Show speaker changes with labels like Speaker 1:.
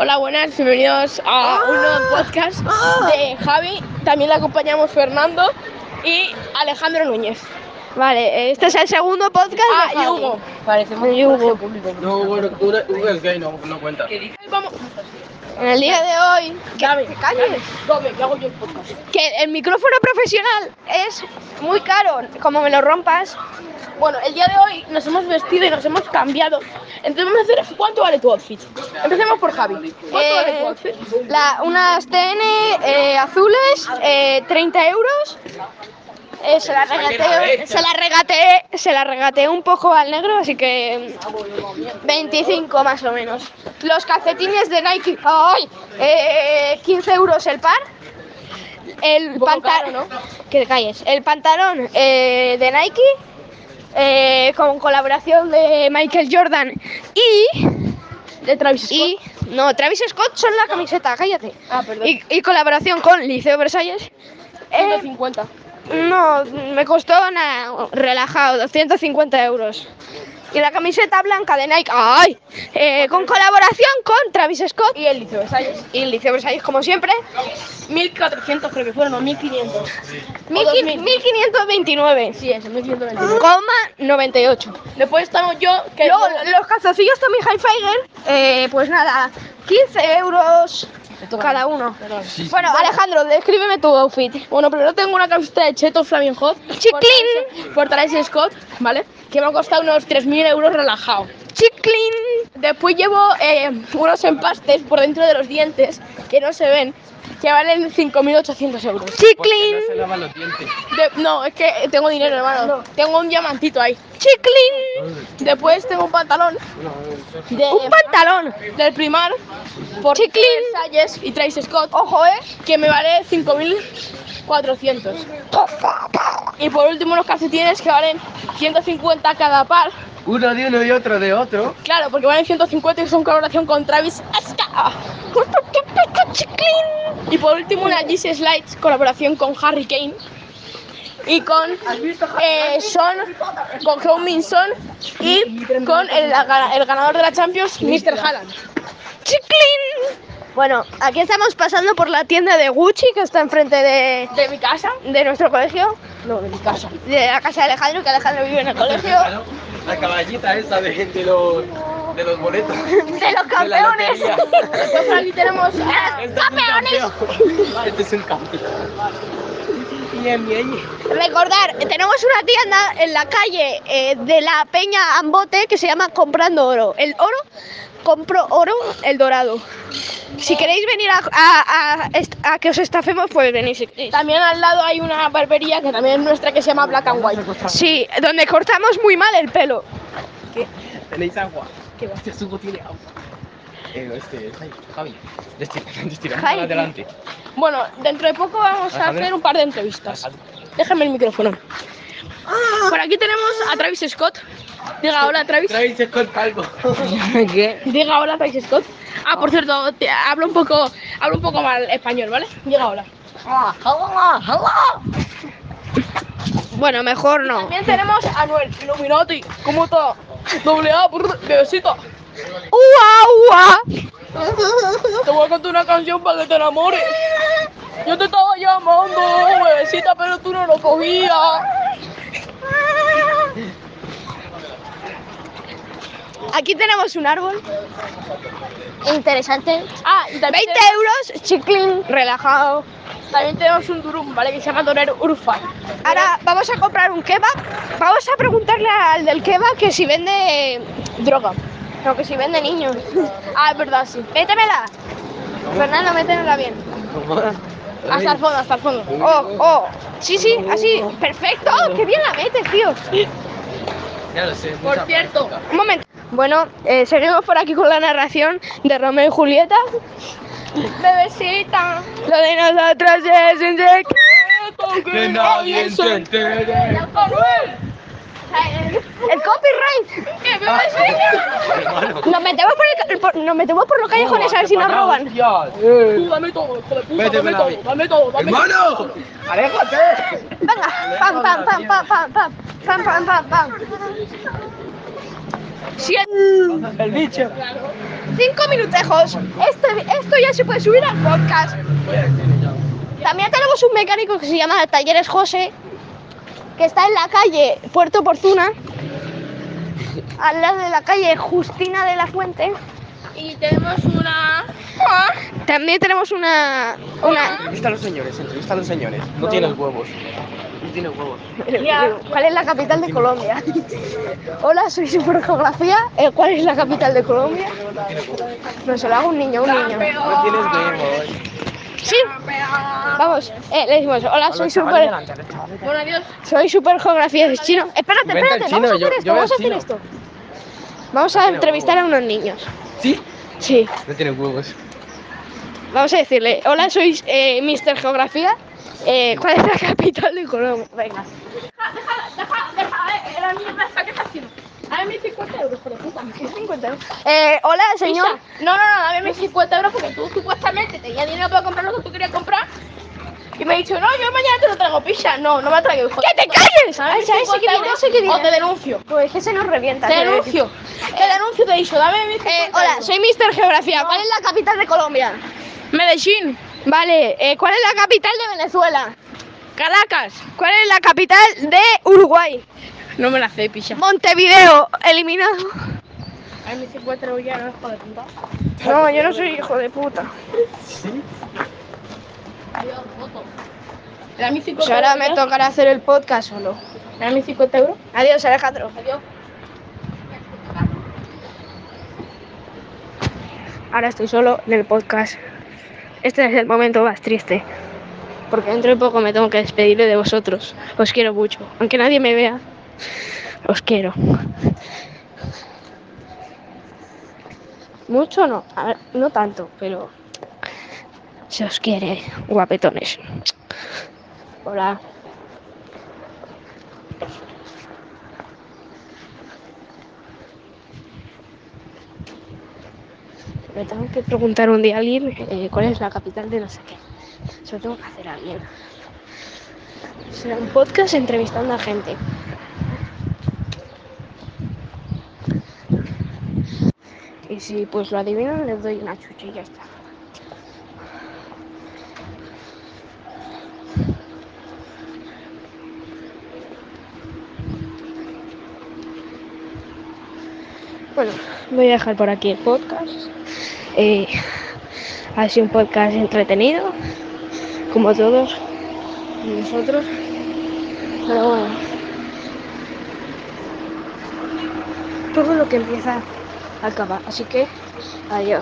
Speaker 1: Hola, buenas, bienvenidos a un nuevo podcast de Javi. También le acompañamos Fernando y Alejandro Núñez.
Speaker 2: Vale, este es el segundo podcast
Speaker 1: Ah,
Speaker 2: de
Speaker 1: y
Speaker 2: Javi.
Speaker 1: Hugo.
Speaker 3: Parecemos
Speaker 2: Y Hugo.
Speaker 3: No, bueno, Hugo Hugo es gay, no, no cuenta.
Speaker 1: Vamos,
Speaker 2: En el día de hoy,
Speaker 1: Gaby,
Speaker 2: calles.
Speaker 1: Gaby, que hago yo el podcast.
Speaker 2: que el micrófono profesional es muy caro, como me lo rompas,
Speaker 1: Bueno, el día de hoy nos hemos vestido y nos hemos cambiado. Entonces vamos a hacer cuánto vale tu outfit. Empecemos por Javi. ¿Cuánto
Speaker 2: Eh,
Speaker 1: vale tu outfit?
Speaker 2: la- unas TN eh, azules, eh, 30 euros. Eh, se, la regateé, se, la regateé, se la regateé un poco al negro, así que mm, 25 más o menos. Los calcetines de Nike, ¡ay! Eh, 15 euros el par. El
Speaker 1: poco
Speaker 2: pantalón,
Speaker 1: caro,
Speaker 2: que te calles. El pantalón eh, de Nike eh, con colaboración de Michael Jordan y
Speaker 1: De Travis Scott.
Speaker 2: y no, Travis Scott son la camiseta, cállate.
Speaker 1: Ah, perdón.
Speaker 2: Y, y colaboración con Liceo Versalles. Eh,
Speaker 1: 150.
Speaker 2: no, me costó nada, relajado, 250 euros. Y la camiseta blanca de Nike, ¡ay! Eh, con colaboración con Travis Scott
Speaker 1: Y el liceo de Salles.
Speaker 2: y Liceo Versalles, como siempre,
Speaker 1: 1400 creo que fueron, o 1500. 2000.
Speaker 2: 1529,98.
Speaker 1: Sí, eso, 1520. Después estamos yo, que
Speaker 2: Luego, los calzoncillos Tommy Hilfiger, eh, pues nada, 15 euros cada uno. Bueno, Alejandro, descríbeme tu outfit.
Speaker 1: Bueno, pero yo tengo una camiseta de Cheto Flaming Hot. por
Speaker 2: Chiclín.
Speaker 1: Travis- Por Travis Scott, ¿vale? Que me ha costado unos 3.000 euros relajado.
Speaker 2: Chiclin.
Speaker 1: Después llevo eh, unos empastes por dentro de los dientes que no se ven, que valen 5.800 euros.
Speaker 2: Chiclin.
Speaker 3: No se lavan los dientes.
Speaker 1: De- no, es que tengo dinero, hermano. Tengo un diamantito ahí.
Speaker 2: Chiclin.
Speaker 1: Después tengo un pantalón de,
Speaker 2: Un pantalón.
Speaker 1: del primar por
Speaker 2: Chiclin.
Speaker 1: Salles y Travis Scott. Ojo, eh. Que me vale 5.400. Y por último, unos calcetines que valen 150 cada par.
Speaker 3: Uno de uno y otro de otro.
Speaker 1: Claro, porque valen 150 y son colaboración con Travis Scott.
Speaker 2: Chiclin.
Speaker 1: Y por último, una GC Slides, colaboración con Harry Kane. Y con eh, Son, con Heung Min Son y con el, el ganador de la Champions, Mr. Haaland.
Speaker 2: Chiclin. Bueno, aquí estamos pasando por la tienda de Gucci que está enfrente de,
Speaker 1: ¿De mi casa?
Speaker 2: de nuestro colegio,
Speaker 1: No, de mi casa.
Speaker 2: de la casa de Alejandro, que Alejandro vive en el colegio,
Speaker 3: La caballita esa de, de los, de los boletos.
Speaker 2: de los
Speaker 3: De la
Speaker 2: campeones.
Speaker 3: lotería.
Speaker 1: Entonces aquí tenemos a-
Speaker 3: Este es un campeón. Este es un campeón. Bien, bien.
Speaker 2: Recordar, tenemos una tienda en la calle eh, de la Peña Ambote que se llama Comprando Oro. El oro, compro oro, el dorado. Si queréis venir a, a- a est- a que os estafemos, pues venid. si queréis.
Speaker 1: También al lado hay una barbería que también es nuestra que se llama Black and White.
Speaker 2: Sí, donde cortamos muy mal el pelo.
Speaker 3: Tenéis agua. ¿Qué va? Este suco tiene agua. Eh, este, es ahí, Javi. Estirando, estirando
Speaker 2: Javi.
Speaker 3: para adelante.
Speaker 1: Bueno, dentro de poco vamos a
Speaker 3: Alejandro.
Speaker 1: hacer un par de entrevistas. Déjame el micrófono. Por aquí tenemos a Travis Scott. Diga hola, Travis.
Speaker 3: Travis Scott Calvo.
Speaker 1: Diga hola, Travis Scott. Ah, por cierto, te- hablo un poco, hablo un poco mal español, ¿vale? Diga hola.
Speaker 2: Bueno, mejor no.
Speaker 1: También tenemos a Noel, Illuminati, ¿cómo está? Doble A, brr, bebecita.
Speaker 2: ¡Ua, ua!
Speaker 1: Te voy a cantar una canción para que te enamores. Yo te estaba llamando, bebecita, pero tú no lo cogías.
Speaker 2: Aquí tenemos un árbol. Interesante.
Speaker 1: Ah, y
Speaker 2: 20
Speaker 1: también, te-
Speaker 2: euros, chiclín, relajado.
Speaker 1: también tenemos un durum, ¿vale? Que se llama Doner Urfa.
Speaker 2: Ahora vamos a comprar un kebab. Vamos a preguntarle al del kebab que si vende droga. No, que si vende niños.
Speaker 1: Ah, es verdad, sí.
Speaker 2: Métemela. Fernando, métemela bien.
Speaker 1: Hasta el fondo, hasta el fondo.
Speaker 2: Oh, oh. Sí, sí, así. Perfecto. Oh, Qué bien la metes, tío.
Speaker 3: Ya lo sé.
Speaker 1: Por
Speaker 3: mucha
Speaker 1: cierto,
Speaker 3: práctica.
Speaker 2: Un momento. Bueno, eh, seguimos por aquí con la narración de Romeo y Julieta.
Speaker 1: bebecita,
Speaker 2: Lo de nosotros es un secreto.
Speaker 3: Que nadie se entere.
Speaker 2: El copyright.
Speaker 1: ¿Qué, bebecita?
Speaker 3: Hermano.
Speaker 2: Nos metemos por, el- por- nos metemos por los callejones a ver si nos roban.
Speaker 1: Tú dame todo, hijo de puta,
Speaker 3: Vete,
Speaker 1: dame
Speaker 3: vete,
Speaker 1: todo,
Speaker 3: vete.
Speaker 1: dame todo, dame todo.
Speaker 3: ¡Hermano! ¡Aléjate!
Speaker 2: Venga, pam, pam, pam, pam, pam, pam, pam, pam, pam, pam.
Speaker 1: Siete.
Speaker 3: El bicho.
Speaker 2: cinco minutejos. Este- esto ya se puede subir al podcast. También tenemos un mecánico que se llama Talleres José, que está en la calle Puerto Portuna, al lado de la calle Justina de la Fuente.
Speaker 1: Y tenemos una.
Speaker 2: También tenemos una, una
Speaker 3: Entrevista a los señores, entrevista a los señores. No tienes huevos. No tienes huevos.
Speaker 2: ¿Cuál es la capital de Colombia? Hola, soy Supergeografía. Eh, ¿Cuál es la capital de Colombia? No, se lo hago a un niño, un niño.
Speaker 3: No tienes huevos.
Speaker 2: Sí. Vamos, eh, le decimos, hola, soy Super...
Speaker 3: super.
Speaker 1: Bueno, adiós.
Speaker 2: Soy super geografía de chino. Espérate,
Speaker 3: Inventa el
Speaker 2: espérate, vamos a
Speaker 3: chino,
Speaker 2: hacer
Speaker 3: yo-
Speaker 2: esto,
Speaker 3: yo veo
Speaker 2: vamos a hacer
Speaker 3: chino.
Speaker 2: esto. Vamos a
Speaker 3: Tiene
Speaker 2: entrevistar a unos niños.
Speaker 3: ¿Sí?
Speaker 2: Sí,
Speaker 3: No tienes huevos.
Speaker 2: vamos a decirle, hola, soy eh, Mr. Geografía. Eh, ¿Cuál es la capital de Colombia? Venga.
Speaker 1: Deja, deja, eh, la mierda esa que está haciendo. Dame mis 50 euros, por puta. Mis 50 euros.
Speaker 2: Eh, hola, señor.
Speaker 1: No, no, no, dame mis 50 euros porque tú supuestamente tenías dinero para comprar lo que tú querías comprar. Y me ha dicho, no, yo mañana te lo traigo pizza. No, no me ha traído. hijo de
Speaker 2: ¡Que te
Speaker 1: puta.
Speaker 2: calles!
Speaker 1: Dame
Speaker 2: Ay,
Speaker 1: mis
Speaker 2: ¿sabes qué
Speaker 1: 50
Speaker 2: viene?
Speaker 1: euros
Speaker 2: ¿Sabes qué viene?
Speaker 1: O te denuncio.
Speaker 2: Pues que se nos revienta.
Speaker 1: Te
Speaker 2: pero-
Speaker 1: denuncio. Te denuncio, te he dicho, dame mis 50
Speaker 2: Eh, hola,
Speaker 1: euros.
Speaker 2: soy Mr. Geografía. ¿Cuál es la capital de Colombia?
Speaker 1: Medellín,
Speaker 2: Vale, eh, ¿cuál es la capital de Venezuela?
Speaker 1: Caracas.
Speaker 2: ¿Cuál es la capital de Uruguay?
Speaker 1: No me la sé, pizza.
Speaker 2: Montevideo, eliminado.
Speaker 1: Dame mis 50 euros ya, no, hijo de puta.
Speaker 2: No, yo no soy hijo de puta.
Speaker 1: Dame mis 50
Speaker 2: Pues ahora me
Speaker 1: euros.
Speaker 2: tocará hacer el podcast solo.
Speaker 1: Dame mis 50 euros.
Speaker 2: Adiós, Alejandro.
Speaker 1: Adiós.
Speaker 2: Ahora estoy solo en el podcast. Este es el momento más triste. Porque dentro de poco me tengo que despedirle de vosotros. Os quiero mucho. Aunque nadie me vea, os quiero. Mucho no, a ver, no tanto, pero se os quiere, guapetones. Hola. Me tengo que preguntar un día a alguien eh, cuál es la capital de no sé qué. Se lo tengo que hacer a alguien. Será un podcast entrevistando a gente. Y si pues lo adivinan, les doy una chucha y ya está. Bueno, voy a dejar por aquí el podcast eh, ha sido un podcast entretenido, como todos nosotros. Pero bueno, todo lo que empieza acaba, así que adiós.